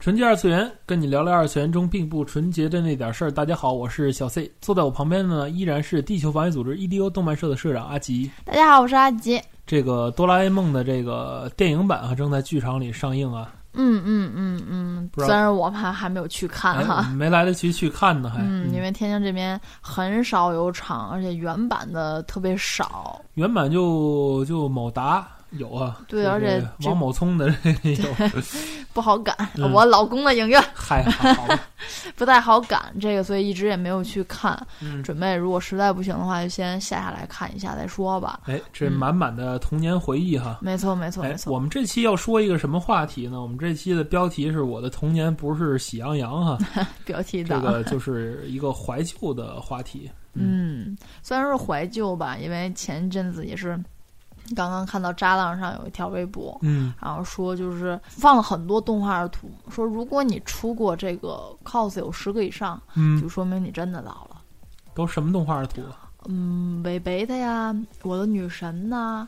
纯洁二次元，跟你聊聊二次元中并不纯洁的那点事儿。大家好，我是小 C，坐在我旁边的呢依然是地球防卫组织 EDO 动漫社的社长阿吉。大家好，我是阿吉。这个哆啦 A 梦的这个电影版啊，正在剧场里上映啊，嗯嗯嗯嗯，不知虽道然我还还没有去看哎哈，没来得及去看呢，还、啊嗯，因为天津这边很少有场，而且原版的特别少。原版就就某达有啊，对这个而且这王某聪的这个 有，不好赶，嗯我老公的影院嗨，好好吧，不太好赶，这个所以一直也没有去看。 嗯，准备如果实在不行的话，就先下下来看一下再说吧。哎，这满满的童年回忆哈。没错，没错，哎没，错。我们这期要说一个什么话题呢？我们这期的标题是我的童年不是喜羊羊 哈，标题这党，个就是一个怀旧的话题。嗯，虽然是怀旧吧，因为前一阵子也是刚刚看到扎浪上有一条微博，嗯然后说就是放了很多动画的图，说如果你出过这个 cos 有十个以上，嗯，就说明你真的老了。都什么动画的啊图？嗯，北北的呀，我的女神呐、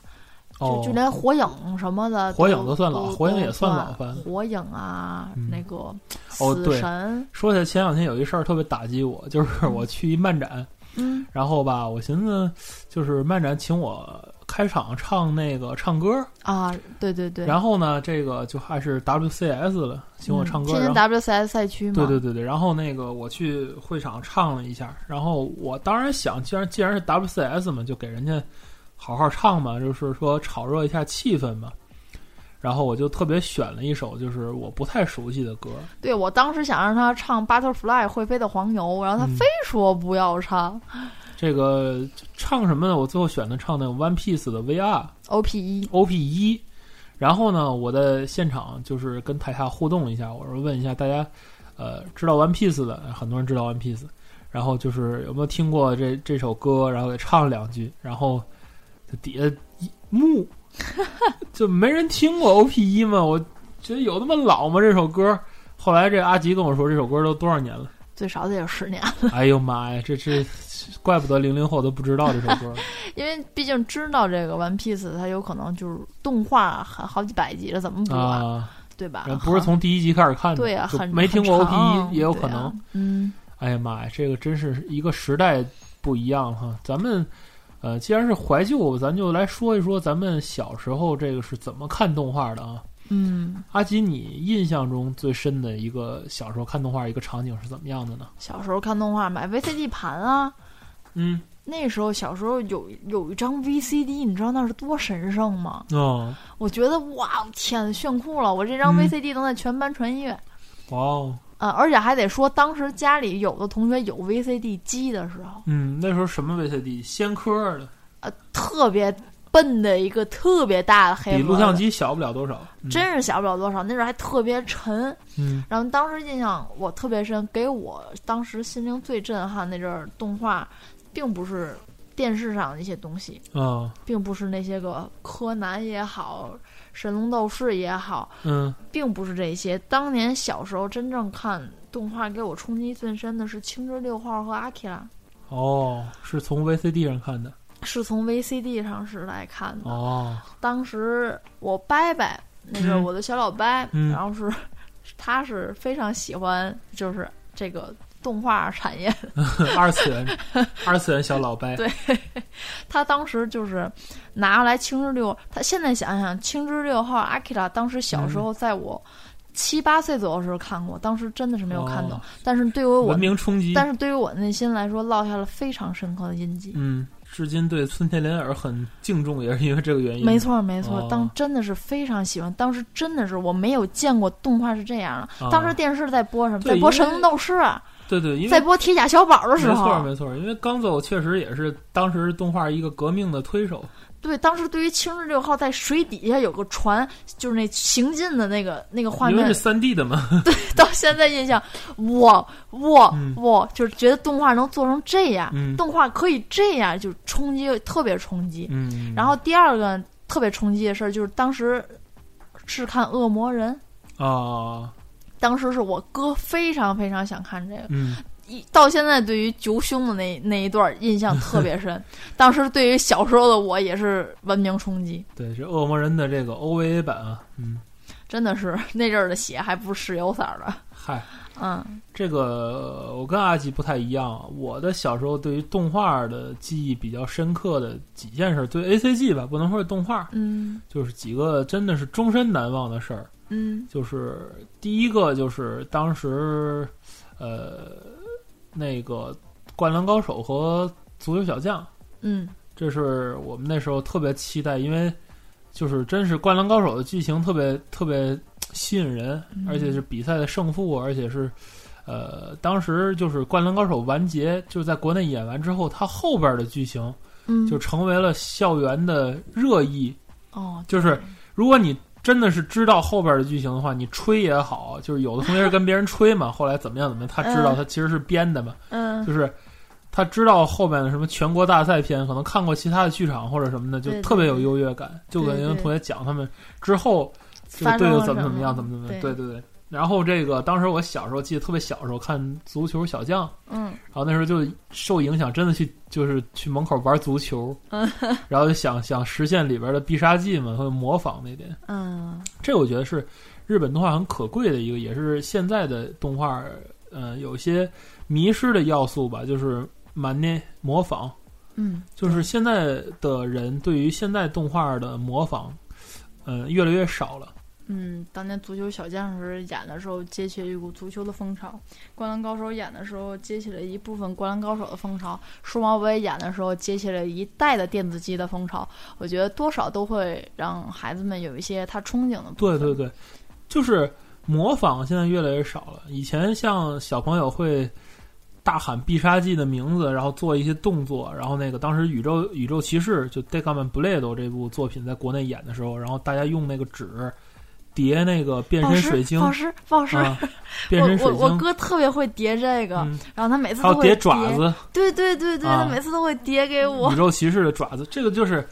哦就就，连火影什么的，火影都算老都火影也都算算老番火影啊，嗯那个哦死对神，说起来前两天有一事儿特别打击我，就是我去一漫展，嗯然后吧，我寻思就是漫展请我开场唱那个唱歌，啊，对对对，然后呢，这个就还是 WCS 了，请我唱歌，嗯天然津后 WCS 赛区嘛，对对对对，然后那个我去会场唱了一下，然后我当然想，既然既然是 WCS 嘛，就给人家好好唱嘛，就是说炒热一下气氛嘛。然后我就特别选了一首就是我不太熟悉的歌，对我当时想让他唱《Butterfly 会飞的黄牛》，然后他嗯非说不要唱这个唱什么呢？我最后选的唱那个 One Piece 的 VR OP 一， OP 一。然后呢，我在现场就是跟台下互动一下，我说问一下大家，呃，知道 One Piece 的，很多人知道 One Piece，然后就是有没有听过这这首歌，然后给唱了两句，然后这底下一木，就没人听过 OP 一吗？我觉得有那么老吗？这首歌？后来这阿吉跟我说，这首歌都多少年了？最少得有十年，哎呦妈呀，这这，怪不得零零后都不知道这首歌。因为毕竟知道这个 One Piece，它有可能就是动画好好几百集了，怎么播、啊，对吧然？后不是从第一集开始看的，对呀、就很没听过很长 OP 一也有可对能。啊嗯，哎呀妈呀，这个真是一个时代不一样哈。咱们呃，既然是怀旧，咱就来说一说咱们小时候这个是怎么看动画的啊。嗯，阿吉，你印象中最深的一个小时候看动画一个场景是怎么样的呢？小时候看动画买 VCD 盘啊，嗯，那时候小时候有有一张 VCD，你知道那是多神圣吗？哦，我觉得哇，天，炫酷了！我这张嗯 VCD 能在全班传阅。哇哦，呃，而且还得说，当时家里有的同学有 VCD 机的时候，嗯，那时候什么 VCD 先科的，呃，特别笨的一个特别大哎的黑盒比子录像，机小不了多少。嗯真是小不了多少。那时候还特别沉，嗯然后当时印象我特别深，给我当时心灵最震撼那阵儿动画，并不是电视上的一些东西，哦并不是那些个柯南也好，神龙斗士也好，嗯并不是这些。当年小时候真正看动画给我冲击最深的是《青之六号》和《阿基拉》。哦，是从 VCD 上看的是从 VCD 上是来看的。哦，当时我伯伯，那是嗯我的小老伯，嗯然后是他是非常喜欢就是这个动画产业，二次元，二次元小老白，对他当时就是拿来《青之六》，他现在想想，《青之六号》阿基拉，当时小时候嗯在我七八岁左右的时候看过，当时真的是没有看懂，哦但是对于我文。明冲击，但是对于我内心来说，落下了非常深刻的印记。嗯，至今对村田莲儿很敬重，也是因为这个原因。没，错，没错，哦当真的是非常喜欢。当时真的是我没有见过动画是这样的。啊当时电视在播什么？对在播《因为神龙斗士》啊，对对，因在为播《铁甲小宝》的时没错候，没错，因为刚走确实也是当时动画一个革命的推手。对，当时对于青之六号在水底下有个船，就是那行进的那个那个画因为面是，三 D 的嘛， 到现在印象，哇哇嗯哇，就是觉得动画能做成这样，嗯动画可以这样，就是冲击特别冲击。嗯，然后第二个特别冲击的事儿就是当时是看《恶魔人》，啊，当时是我哥非常非常想看这个，嗯，一到现在对于九兄的那那一段儿印象特别深。 当时对于小时候的我也是文明冲击，对，这恶魔人的这个 OVA 版啊，嗯，真的是那阵儿的血还不是石油色儿的，嗨，嗯这个呃我跟阿吉不太一样，我的小时候对于动画的记忆比较深刻的几件事，对 ACG 吧，不能说是动画，嗯就是几个真的是终身难忘的事儿。嗯就是第一个就是当时，呃，那个《灌篮高手》和《足球小将》，嗯这是我们那时候特别期待，因为就是真是《灌篮高手》的剧情特别特别吸引人嗯，而且是比赛的胜负，而且是。呃，当时就是《灌篮高手》完结，就在国内演完之后，它后边的剧情嗯，就成为了校园的热议，哦，就是如果你真的是知道后边的剧情的话，你吹也好，就是有的同学是跟别人吹嘛， 后来怎么样怎么样，他知道嗯他其实是编的嘛，嗯就是他知道后面的什么全国大赛篇，可能看过其他的剧场或者什么的，就对对特别有优越感，就对跟对有的同学讲他们之后这个发队生友了怎么什怎么样，怎么怎么样，对对对对。然后这个当时我小时候记得特别小时候看足球小将，嗯然后那时候就受影响，真的去就是去门口玩足球，嗯然后就想想实现里边的必杀技嘛，会模仿那点。嗯这我觉得是日本动画很可贵的一个，也是现在的动画，呃，有些迷失的要素吧，就是满念模仿，嗯，就是现在的人对于现代动画的模仿，呃，越来越少了。嗯，当年足球小将时演的时候，激起了一股足球的风潮；灌篮高手演的时候，激起了一部分灌篮高手的风潮；数码宝贝演的时候，激起了一代的电子机的风潮。我觉得多少都会让孩子们有一些他憧憬的部对分。对对，就是模仿现在越来越少了。以前像小朋友会大喊必杀技的名字，然后做一些动作，然后那个当时宇宙宇宙骑士就《d e c a m a n Blade》这部作品在国内演的时候，然后大家用那个纸叠那个变宝身石水晶宝石宝石，啊，变身我水我我晶，哥特别会叠这个，嗯，然后他每次还都有会叠爪子，对对对对，啊他每次都会叠给我宇。宙骑士的爪子，这个就是。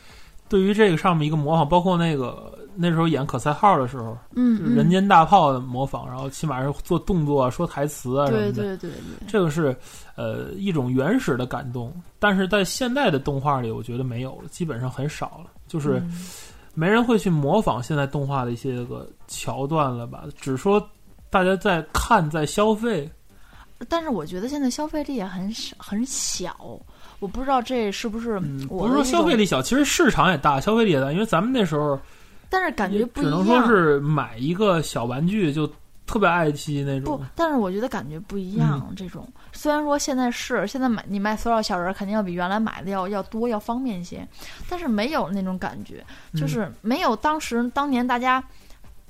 对于这个上面一个模仿，包括那个那时候演可赛号的时候，嗯就是嗯，人间大炮的模仿，然后起码是做动作啊、说台词啊什么的。对对对对，这个是呃一种原始的感动，但是在现代的动画里，我觉得没有了，基本上很少了，就是嗯没人会去模仿现在动画的一些个桥段了吧？只说大家在看，在消费，但是我觉得现在消费力也很少很小，我不知道这是不是嗯，不我是的说一消费种，力小，其实市场也大，消费力也大，因为咱们那时候但是感觉也不只能一说样。是买一个小玩具就特别爱惜那不种，，但是我觉得感觉不一样。嗯这种虽然说现在是现在买你买塑料小人儿肯定要比原来买的要要多要方便一些，但是没有那种感觉，嗯就是没有当时当年大家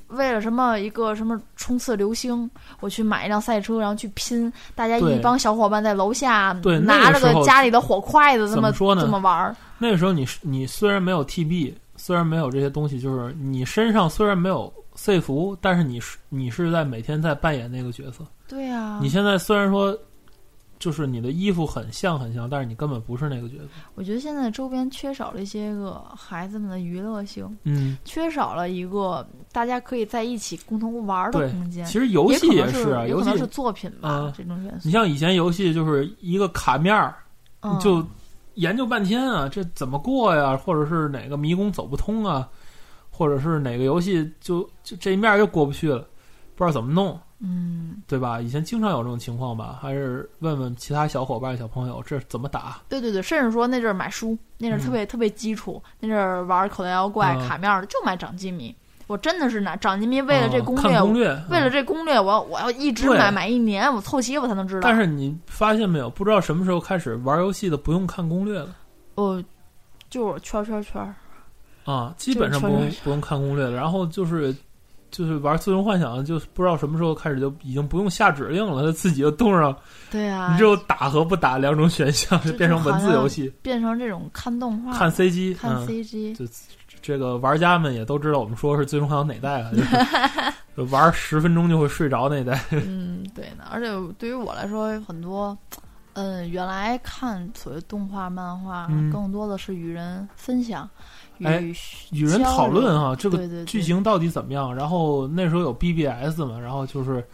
为了什么一个什么冲刺流星，我去买一辆赛车，然后去拼，大家对一帮小伙伴在楼下对那个拿着时候个家里的火筷子这怎么么说呢这么玩儿，那个时候你是你虽然没有 TB，虽然没有这些东西，就是你身上虽然没有 C 服，但是你是你是在每天在扮演那个角色。对啊呀、你现在虽然说就是你的衣服很像很像，但是你根本不是那个角色。嗯我觉得现在周边缺少了一些个孩子们的娱乐性，嗯，缺少了一个大家可以在一起共同玩儿的对空间。其实游戏也可能是啊，是，也游可能是戏作品吧，啊这种元素你。像以前游戏就是一个卡面儿，嗯、就研究半天啊，这怎么过呀？或者是哪个迷宫走不通啊？或者是哪个游戏就就这一面儿又过不去了，不知道怎么弄。嗯，对吧？以前经常有这种情况吧，还是问问其他小伙伴、小朋友这怎么打？对对对，甚至说那阵儿买书，那阵儿特别、特别基础，那阵儿玩口袋妖怪、嗯卡面儿的，就买掌机迷。我真的是拿掌机迷为了这嗯攻略，看攻略，为了嗯。这攻略，我要我要一直对买买一年，我凑齐我才能知道。但是你发现没有，不知道什么时候开始玩游戏的不用看攻略了我哦就是圈儿圈儿圈儿，啊，基本上不就用是不用看攻略了。然后就是就是玩《最终幻想》，就是不知道什么时候开始就已经不用下指令了，它自己就动上，对啊，你只有打和不打两种选项，就就变成文字游戏，变成这种看动画、看 CG，看嗯 CG，、就这个玩家们也都知道，我们说是《最终幻想》哪代了，就是就 玩十分钟就会睡着那代。嗯，对呢。而且对于我来说，很多，嗯，原来看所谓动画、漫画，嗯更多的是与人分享，与、哎与人讨论啊，这对对个对剧情到底怎么样？然后那时候有 BBS 嘛，然后就是，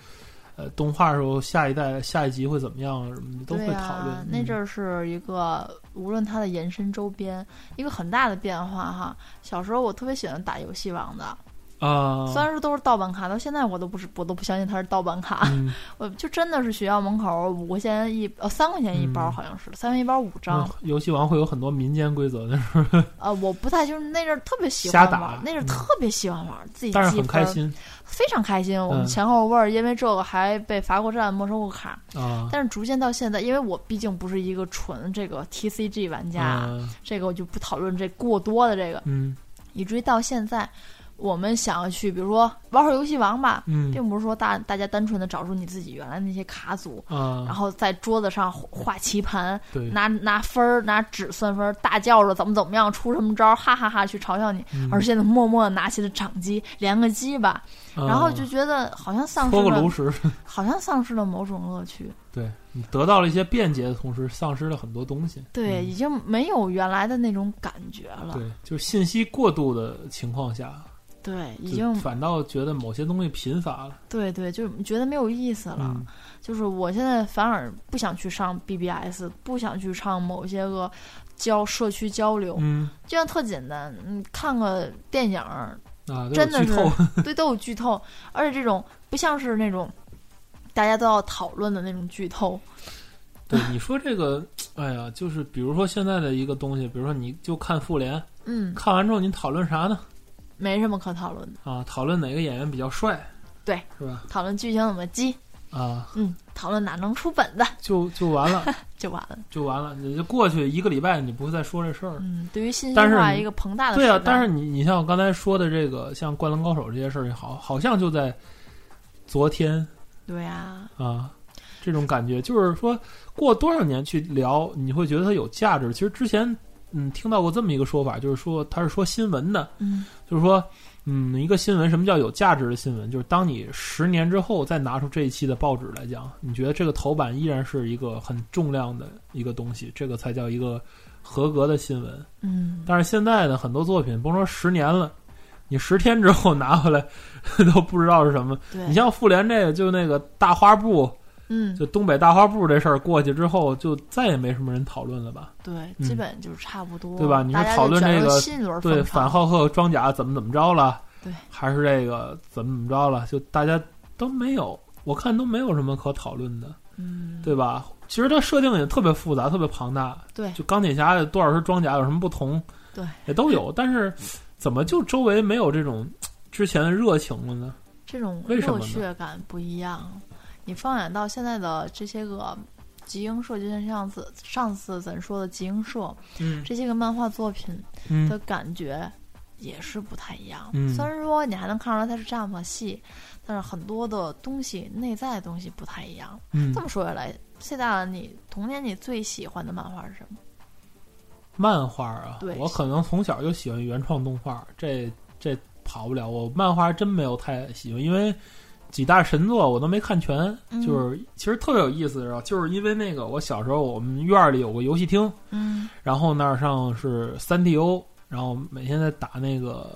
呃，动画的时候下一代下一集会怎么样，什么的都会对讨论。嗯啊、那阵儿是一个，无论它的延伸周边，一个很大的变化哈。小时候我特别喜欢打游戏王的，嗯虽啊，然说都是盗版卡，到现在我都不是，我都不相信它是盗版卡。嗯 我就真的是学校门口五块钱一，呃，三块钱一包，嗯好像是、三块钱一包五张。那游戏王会有很多民间规则，但是呃，我不太就是那阵儿特别喜欢瞎玩，打那阵儿嗯特别喜欢玩，自己但是记很分开儿，心非常开心。我们嗯前后味儿因为这个还被罚过站、没收过卡。啊。但是逐渐到现在，因为我毕竟不是一个纯这个 TCG 玩家，啊嗯这个我就不讨论这过多的这个，嗯以至于到现在，我们想要去，比如说玩会儿游戏王吧，嗯并不是说大大家单纯的找出你自己原来那些卡组，然啊，后在桌子上画棋盘，对，拿拿分儿、拿纸算分儿，大叫着怎么怎么样，出什么招儿，哈哈哈去嘲笑你，嗯而现在默默地拿起了掌机，连个机吧，然后啊就觉得好像丧搓失个炉了，石，好像丧失了某种乐趣。对你得到了一些便捷的同时，丧失了很多东西。对，嗯已经没有原来的那种感觉了。对，就是信息过度的情况下，对，已就经反倒觉得某些东西贫乏了。对对，就是觉得没有意思了。嗯就是我现在反而不想去上 BBS，不想去上某些个交社区交流，嗯这样特简单。嗯，看个电影儿，啊，都有真的剧透。是对都有剧透， 而且这种不像是那种大家都要讨论的那种剧透。对你说这个，哎呀，就是比如说现在的一个东西，比如说你就看复联，嗯，看完之后你讨论啥呢？没什么可讨论的，啊，讨论哪个演员比较帅，对，是吧？讨论剧情怎么激，啊，嗯，讨论哪能出本子就就完了，就完了。就完了，你就过去一个礼拜，你不会再说这事儿。嗯，对于信息但是化你一个庞大的对啊时，代但是你你像我刚才说的这个，像《灌篮高手》这些事儿，好好像就在昨天对啊，啊，这种感觉就是说，过多少年去聊，你会觉得它有价值。其实之前嗯听到过这么一个说法，就是说他是说新闻的，嗯就是说，嗯，一个新闻，什么叫有价值的新闻？就是当你十年之后再拿出这一期的报纸来讲，你觉得这个头版依然是一个很重量的一个东西，这个才叫一个合格的新闻。嗯，但是现在呢，很多作品甭说十年了，你十天之后拿回来 都不知道是什么。对，你像复联这个，就那个大花布，嗯就东北大花布这事儿过去之后，就再也没什么人讨论了吧？对，嗯基本就是差不多，对吧你大是家讨就论卷这入个新一轮对，风潮反浩克装甲怎么怎么着了？对，还是这个怎么怎么着了？就大家都没有，我看都没有什么可讨论的，嗯，对吧？其实它设定也特别复杂，特别庞大。对就钢铁侠有多少身装甲有什么不同？对，也都有，但是怎么就周围没有这种之前的热情了呢？这种为什么热呢血感不一样。你放眼到现在的这些个集英社，就像上次上次咱说的集英社，嗯这些个漫画作品嗯的感觉也是不太一样。嗯虽然说你还能看出来它是战法系，但是很多的东西内在的东西不太一样。嗯这，么说下来，谢大你童年你最喜欢的漫画是什么？漫画啊对，我可能从小就喜欢原创动画，这这跑不了。我漫画真没有太喜欢，因为几大神作我都没看全。嗯就是其实特别有意思，知道？就是因为那个，我小时候我们院儿里有个游戏厅，嗯然后那儿上是三 D O，然后每天在打那个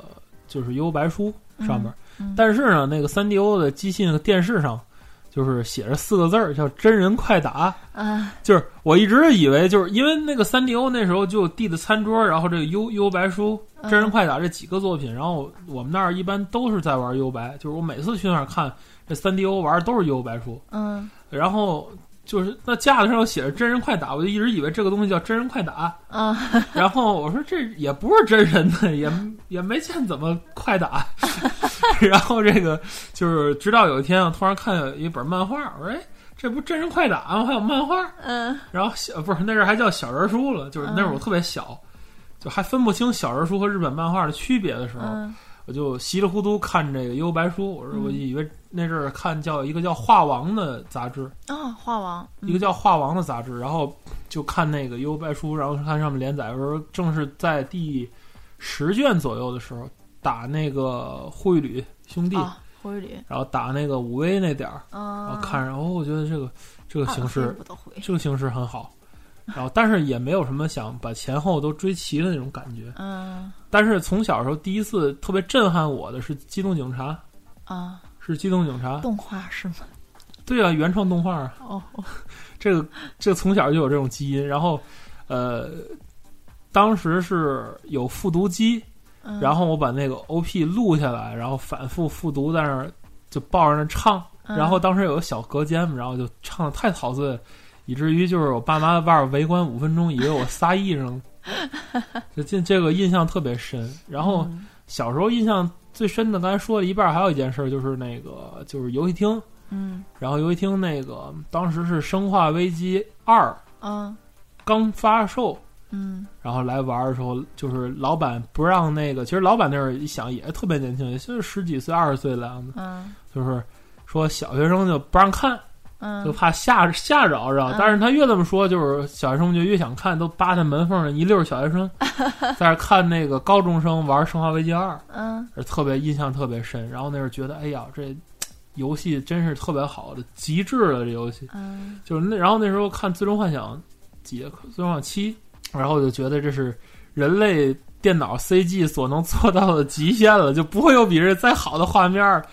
就是幽游白书上面。嗯但是呢，那个三 D O 的机器那个电视上就是写着四个字儿叫“真人快打”。啊，就是我一直以为，就是因为那个三 D O 那时候就地的餐桌，然后这个幽幽白书、嗯真人快打这几个作品，然后我们那儿一般都是在玩幽白，就是我每次去那儿看这三 D O 玩的都是幽白书，嗯然后就是那架子上写着真人快打，我就一直以为这个东西叫真人快打，啊，然后我说这也不是真人的，也也没见怎么快打。然后这个就是直到有一天，我啊突然看有一本漫画，我说哎，这不真人快打吗？还有漫画？嗯然后小不是那阵儿还叫小人书了，就是那会儿我特别小，就还分不清小人书和日本漫画的区别的时候，嗯我就稀里糊涂看这个《幽游白书》，我说我以为那阵儿看叫一个叫《画王》的杂志，啊，画王，一个叫《画王》的杂志，然后就看那个《幽游白书》，然后看上面连载，我说正是在第十卷左右的时候，打那个护卫旅兄弟，啊灰里然后打那个武威那点儿，然嗯后，看着，哦，我觉得这个这个形式不得回，这个形式很好，然后但是也没有什么想把前后都追齐的那种感觉。嗯但是从小时候第一次特别震撼我的是《机动警察》，啊，是《机动警察》。动画是吗？对啊，原创动画啊，哦，这个这个从小就有这种基因。然后，呃，当时是有复读机，嗯然后我把那个 OP 录下来，然后反复复读，在那儿就抱着那唱。嗯然后当时有个小隔间嘛，然后就唱的太陶醉了，以至于就是我爸妈外边围观五分钟，以为我撒癔症， 这这这个印象特别深。然后嗯小时候印象最深的，刚才说了一半儿，还有一件事儿就是那个就是游戏厅，嗯然后游戏厅那个当时是《生化危机二》嗯刚发售，嗯然后来玩的时候，就是老板不让那个，其实老板那会儿一想也特别年轻，也就是十几岁、二十岁的样子，嗯就是说小学生就不让看，嗯，就怕吓吓着着嗯。但是他越这么说，就是小学生就越想看，都扒在门缝上一溜儿小学 生在那儿看那个高中生玩《生化危机二嗯》，特别印象特别深。然后那时候觉得，哎呀，这游戏真是特别好的，极致了这游戏。嗯就是那，然后那时候看《最终幻想》几，《最终幻想七》，然后我就觉得这是人类电脑 CG 所能做到的极限了，就不会有比这再好的画面儿。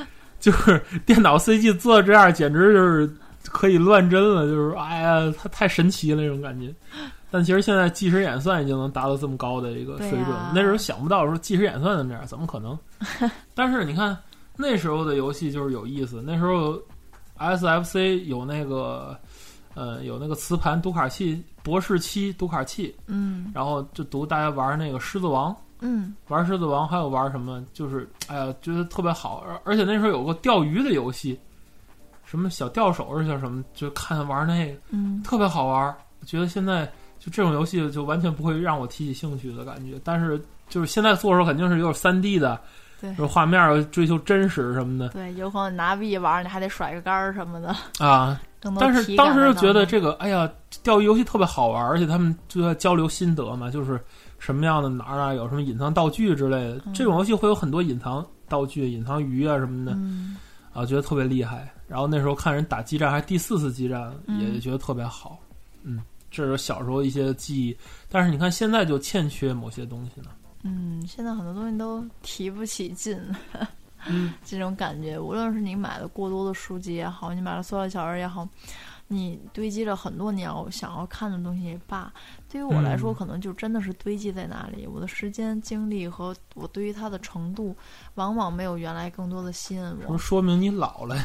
就是电脑 CG 做到这样，简直就是可以乱真了，就是哎呀，它太神奇了那种感觉。但其实现在即时演算已经能达到这么高的一个水准，对啊那时候想不到说即时演算能这样，怎么可 能？但是你看那时候的游戏就是有意思，那时候 SFC 有那个呃有那个磁盘读卡器，博士七读卡器，嗯然后就读大家玩那个狮子王，嗯玩狮子王还有玩什么，就是哎呀觉得特别好，而而且那时候有个钓鱼的游戏，什么小钓手啊是叫什么，就看玩那个嗯特别好玩，我觉得现在就这种游戏就完全不会让我提起兴趣的感觉，但是就是现在做的时候肯定是有三 D 的，对有画面有追求真实什么的对，有可能拿 V 玩儿，你还得甩个杆儿什么的， 啊，更多但是体当感时在就觉得当中这个，哎呀，钓鱼游戏特别好玩，而且他们就在交流心得嘛，就是什么样的哪儿啊，有什么隐藏道具之类的。嗯这种游戏会有很多隐藏道具、隐藏鱼啊什么的嗯啊，觉得特别厉害。然后那时候看人打激战，还第四次激战，嗯也觉得特别好。嗯，这是小时候一些记忆，但是你看现在就欠缺某些东西呢。嗯，现在很多东西都提不起劲， 嗯，这种感觉，无论是你买了过多的书籍也好，你买了塑料小人也好，你堆积了很多你要想要看的东西也罢，对于我来说，嗯可能就真的是堆积在那里。我的时间、精力和我对于它的程度，往往没有原来更多的吸引是不我。是说明你老了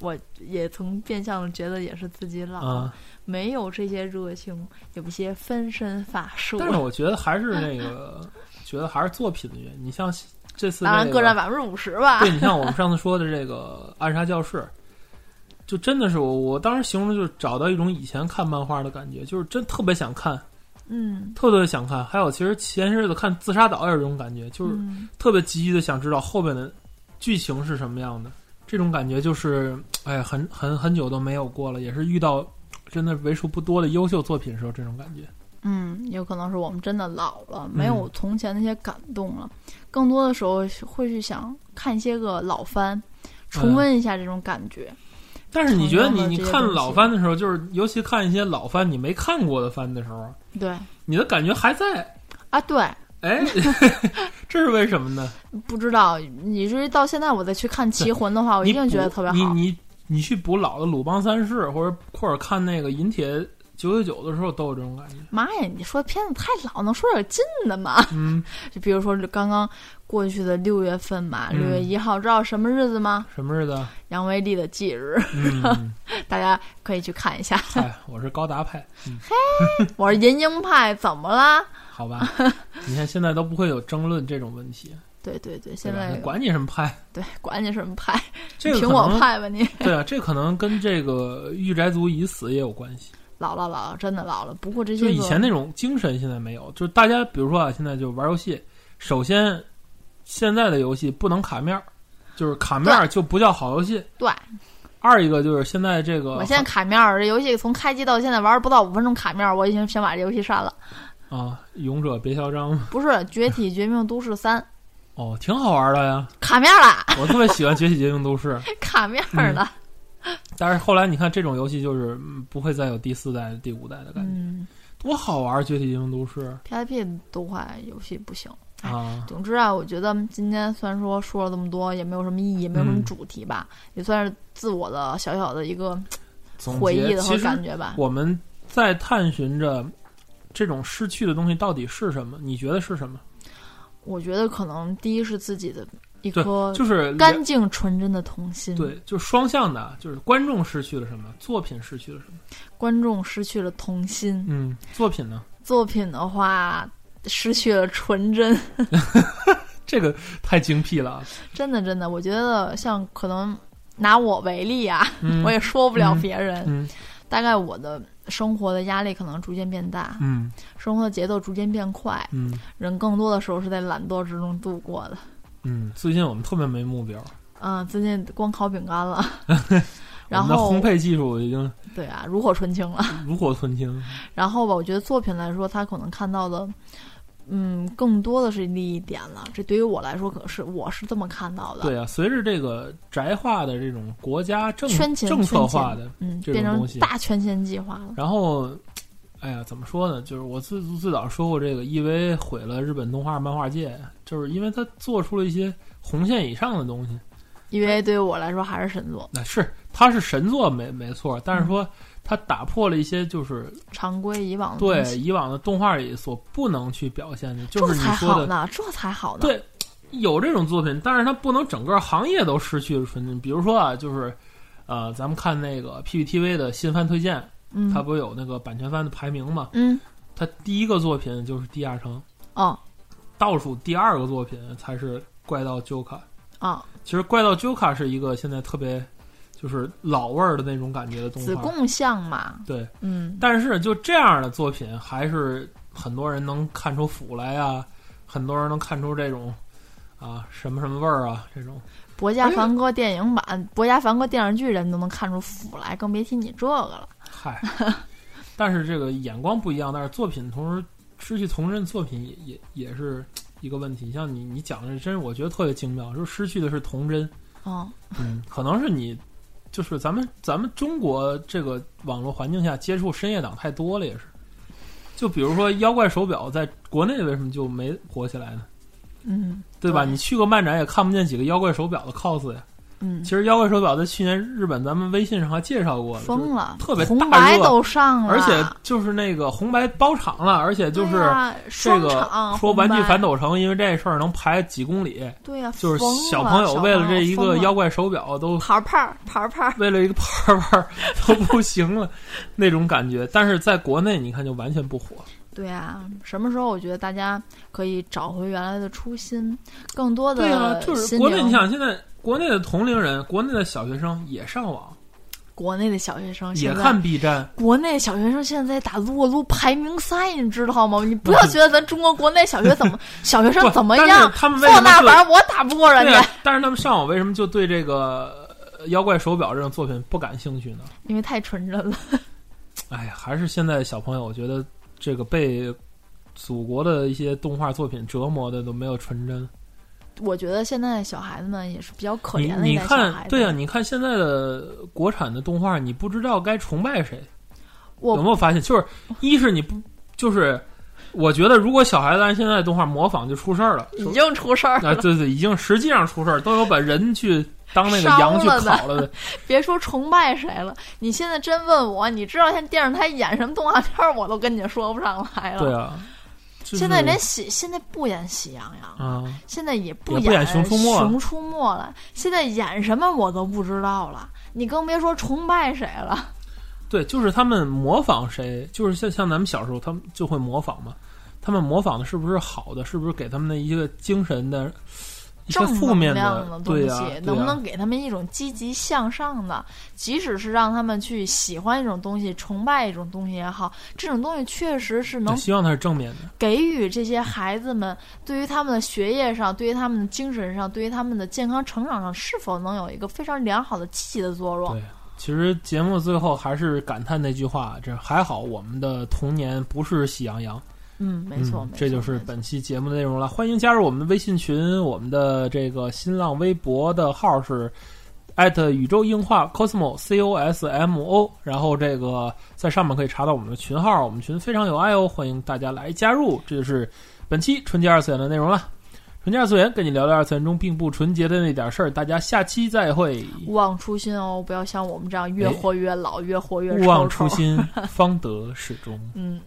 我也曾变相地觉得也是自己老，啊？没有这些热情，有一些分身乏术。但是我觉得还是那个，觉得还是作品的原因。你像这次、这个、当然，各占百分之五十吧。 对你像我们上次说的这个《暗杀教室》，就真的是我我当时形容就是找到一种以前看漫画的感觉，就是真特别想看，嗯，特别想看。还有其实前些日子看《自杀岛》也有这种感觉，就是嗯特别急于的想知道后边的剧情是什么样的。这种感觉就是，哎，很很很久都没有过了，也是遇到真的为数不多的优秀作品的时候，这种感觉。嗯，有可能是我们真的老了，嗯没有从前那些感动了，更多的时候会去想看一些个老番，嗯重温一下这种感觉。但是你觉得你同样的你这些看东老西番的时候，就是尤其看一些老番你没看过的番的时候，对你的感觉还在，啊，对，哎， 这是为什么呢？不知道，以至于到现在我再去看《棋魂》的话，我你一定觉得特别你好。你你去补老的鲁邦三世，或者或者看那个银铁九九九的时候，都有这种感觉。妈呀，你说片子太老，能说点近的吗？嗯，就比如说刚刚过去的六月份嘛，嗯六月一号，知道什么日子吗？什么日子啊？杨威利的忌日， 嗯，大家可以去看一下。嗨，我是高达派。嗯，我是银鹰派，怎么啦？好吧，你看现在都不会有争论这种问题，对对对，对现吧？在管你什么派，对管你什么派， 这个凭可我能派吧你。对啊，这可能跟这个御宅族已死也有关系。老了老了，真的老了。不过这些就个以前那种精神现在没有，就是大家比如说啊，现在就玩游戏，首先现在的游戏不能卡面儿，就是卡面儿就不叫好游戏。对，二一个就是现在这个我现在卡面儿，这游戏从开机到现在玩儿不到五分钟卡面儿，我已经先把这游戏删了。啊，勇者别嚣张不是《崛起：绝命都市三》哦，挺好玩的呀，卡面儿了，我特别喜欢《崛起绝命都市》， 哎卡面儿了。但是后来你看这种游戏就是嗯不会再有第四代、第五代的感觉，嗯多好玩儿！《崛起绝命都市 PIP 都快游戏不行。》哎啊，总之啊，我觉得今天虽然说说了这么多，也没有什么意义，没有什么嗯主题吧，也算是自我的小小的一个总回忆结的其和实感觉吧。我们在探寻着这种失去的东西到底是什么？你觉得是什么？我觉得可能第一是自己的一对颗就是干净纯真的童心，对，就是双向的，啊就是观众失去了什么，作品失去了什么。观众失去了童心，嗯，作品呢？作品的话失去了纯真，这个太精辟了啊。真的真的，我觉得像可能拿我为例啊，嗯，我也说不了嗯别人，嗯大概我的生活的压力可能逐渐变大，嗯生活的节奏逐渐变快，嗯人更多的时候是在懒惰之中度过的。嗯，最近我们特别没目标，嗯，最近光烤饼 干了，然我们的后烘焙技术已经对啊，炉火纯青了。 炉火纯青。然后吧，我觉得作品来说，他可能看到的，嗯，更多的是利益点了。这对于我来说，可是我是这么看到的。对啊，随着这个宅化的这种国家政圈钱政策圈钱化的，嗯，这种变成东西大圈钱计划了。然后，哎呀，怎么说呢？就是我最最早说过，这个 EV 毁了日本动画漫画界，就是因为它做出了一些红线以上的东西。因为对于我来说还是神作，那是它是神作没没错，嗯但是说它打破了一些就是常规以往的哦东对西，以往的动画里所不能去表现的，就这是你才好说的呢，这才好呢。对有这种作品，但是它不能整个行业都失去了纯真。比如说啊，就是呃，咱们看那个 PPTV 的新番推荐，嗯它不是有那个版权番的排名嘛？嗯它第一个作品就是《地下城》。哦倒数第二个作品才是《怪盗 Joka》。哦，其实《怪盗 Joka》是一个现在特别就是老味儿的那种感觉的动子画，贡像嘛，对。嗯，但是就这样的作品，还是很多人能看出腐来啊，很多人能看出这种啊什么什么味儿啊这种。博家梵歌电影版、博家梵歌电视剧人都能看出腐来，更别提你这个了。嗨，但是这个眼光不一样，但是作品同时失去童真，作品也也也是一个问题。像你你讲的这真，我觉得特别精妙，就是失去的是童真。嗯嗯，可能是你，就是咱们咱们中国这个网络环境下接触深夜党太多了，也是。就比如说《妖怪手表》在国内为什么就没火起来呢？嗯对吧？对你去个漫展也看不见几个妖怪手表的 cos 呀。嗯其，实妖怪手表在去年日本咱们微信上还介绍过，疯了，特别大红白热都上了，而且就是那个红白包场了，而且就对是呀这双个场说《玩具红白反斗城》，因为这事儿能排几公里，对呀、就是疯了小小朋友为了朋这友一疯个了妖怪手表都牌牌儿牌牌儿，为了一个泡泡都不行了那种感觉。但是在国内，你看就完全不火。对啊，什么时候我觉得大家可以找回原来的初心，更多的对啊，就是心国内，灵你想现在国内的同龄人，国内的小学生也上网，国内的小学生也现在。看 B 站。国内小学生现在打撸啊撸排名赛，你知道吗？你不要觉得咱中国国内小学 怎么小学生不怎么但是样，他 们为什坐么那就玩儿我打不过人对家，啊？但是他们上网为什么就对这个呃妖怪手表这种作品不感兴趣呢？ 因为太纯真了。哎呀，还是现在小朋友，我觉得这个被祖国的一些动画作品折磨的都没有纯真。我觉得现在小孩子们也是比较可你怜的一你代小孩看，子。对啊，你看现在的国产的动画，你不知道该崇拜谁。我有没有发现？就是一是你不，就是我觉得如果小孩子按现在的动画模仿就出事儿了，已经出事儿啊，了，对对，已经实际上出事儿，都有把人去当那个烧羊去了的烤了的。别说崇拜谁了，你现在真问我，你知道现在电视台演什么动画片儿，我都跟你说不上来了。对啊，就是现在连喜现在不演喜羊羊，啊，现在也不也不演熊出熊没了熊出没了，现在演什么我都不知道了，你更别说崇拜谁了。对，就是他们模仿谁，就是像像咱们小时候，他们就会模仿嘛。他们模仿的是不是好的？是不是给他们的一个精神的一些正负能面量的东对西，呀、能不对呀啊能给他们一种积极向上的？即使是让他们去喜欢一种东西、崇拜一种东西也好，这种东西确实是能对希望它是正面的，给予这些孩子们对于他们的学业上、对于他们的精神上、对于他们的健康成长上，是否能有一个非常良好的积极的作用？对。其实节目最后还是感叹那句话：这还好我们的童年不是喜羊羊。嗯，没错，嗯没错这就是没错本期节目的内容了。欢迎加入我们的微信群，我们的这个新浪微博的号是艾特宇宙硬化 cosmo c o s m o，然后这个在上面可以查到我们的群号，我们群非常有爱哦，欢迎大家来加入。这就是本期纯洁二次元的内容了。纯洁二次元跟你聊聊二次元中并不纯洁的那点事儿，大家下期再会。勿忘初心哦，不要像我们这样越哎活越老，越活越勿忘初抽抽。心，方得始终。嗯，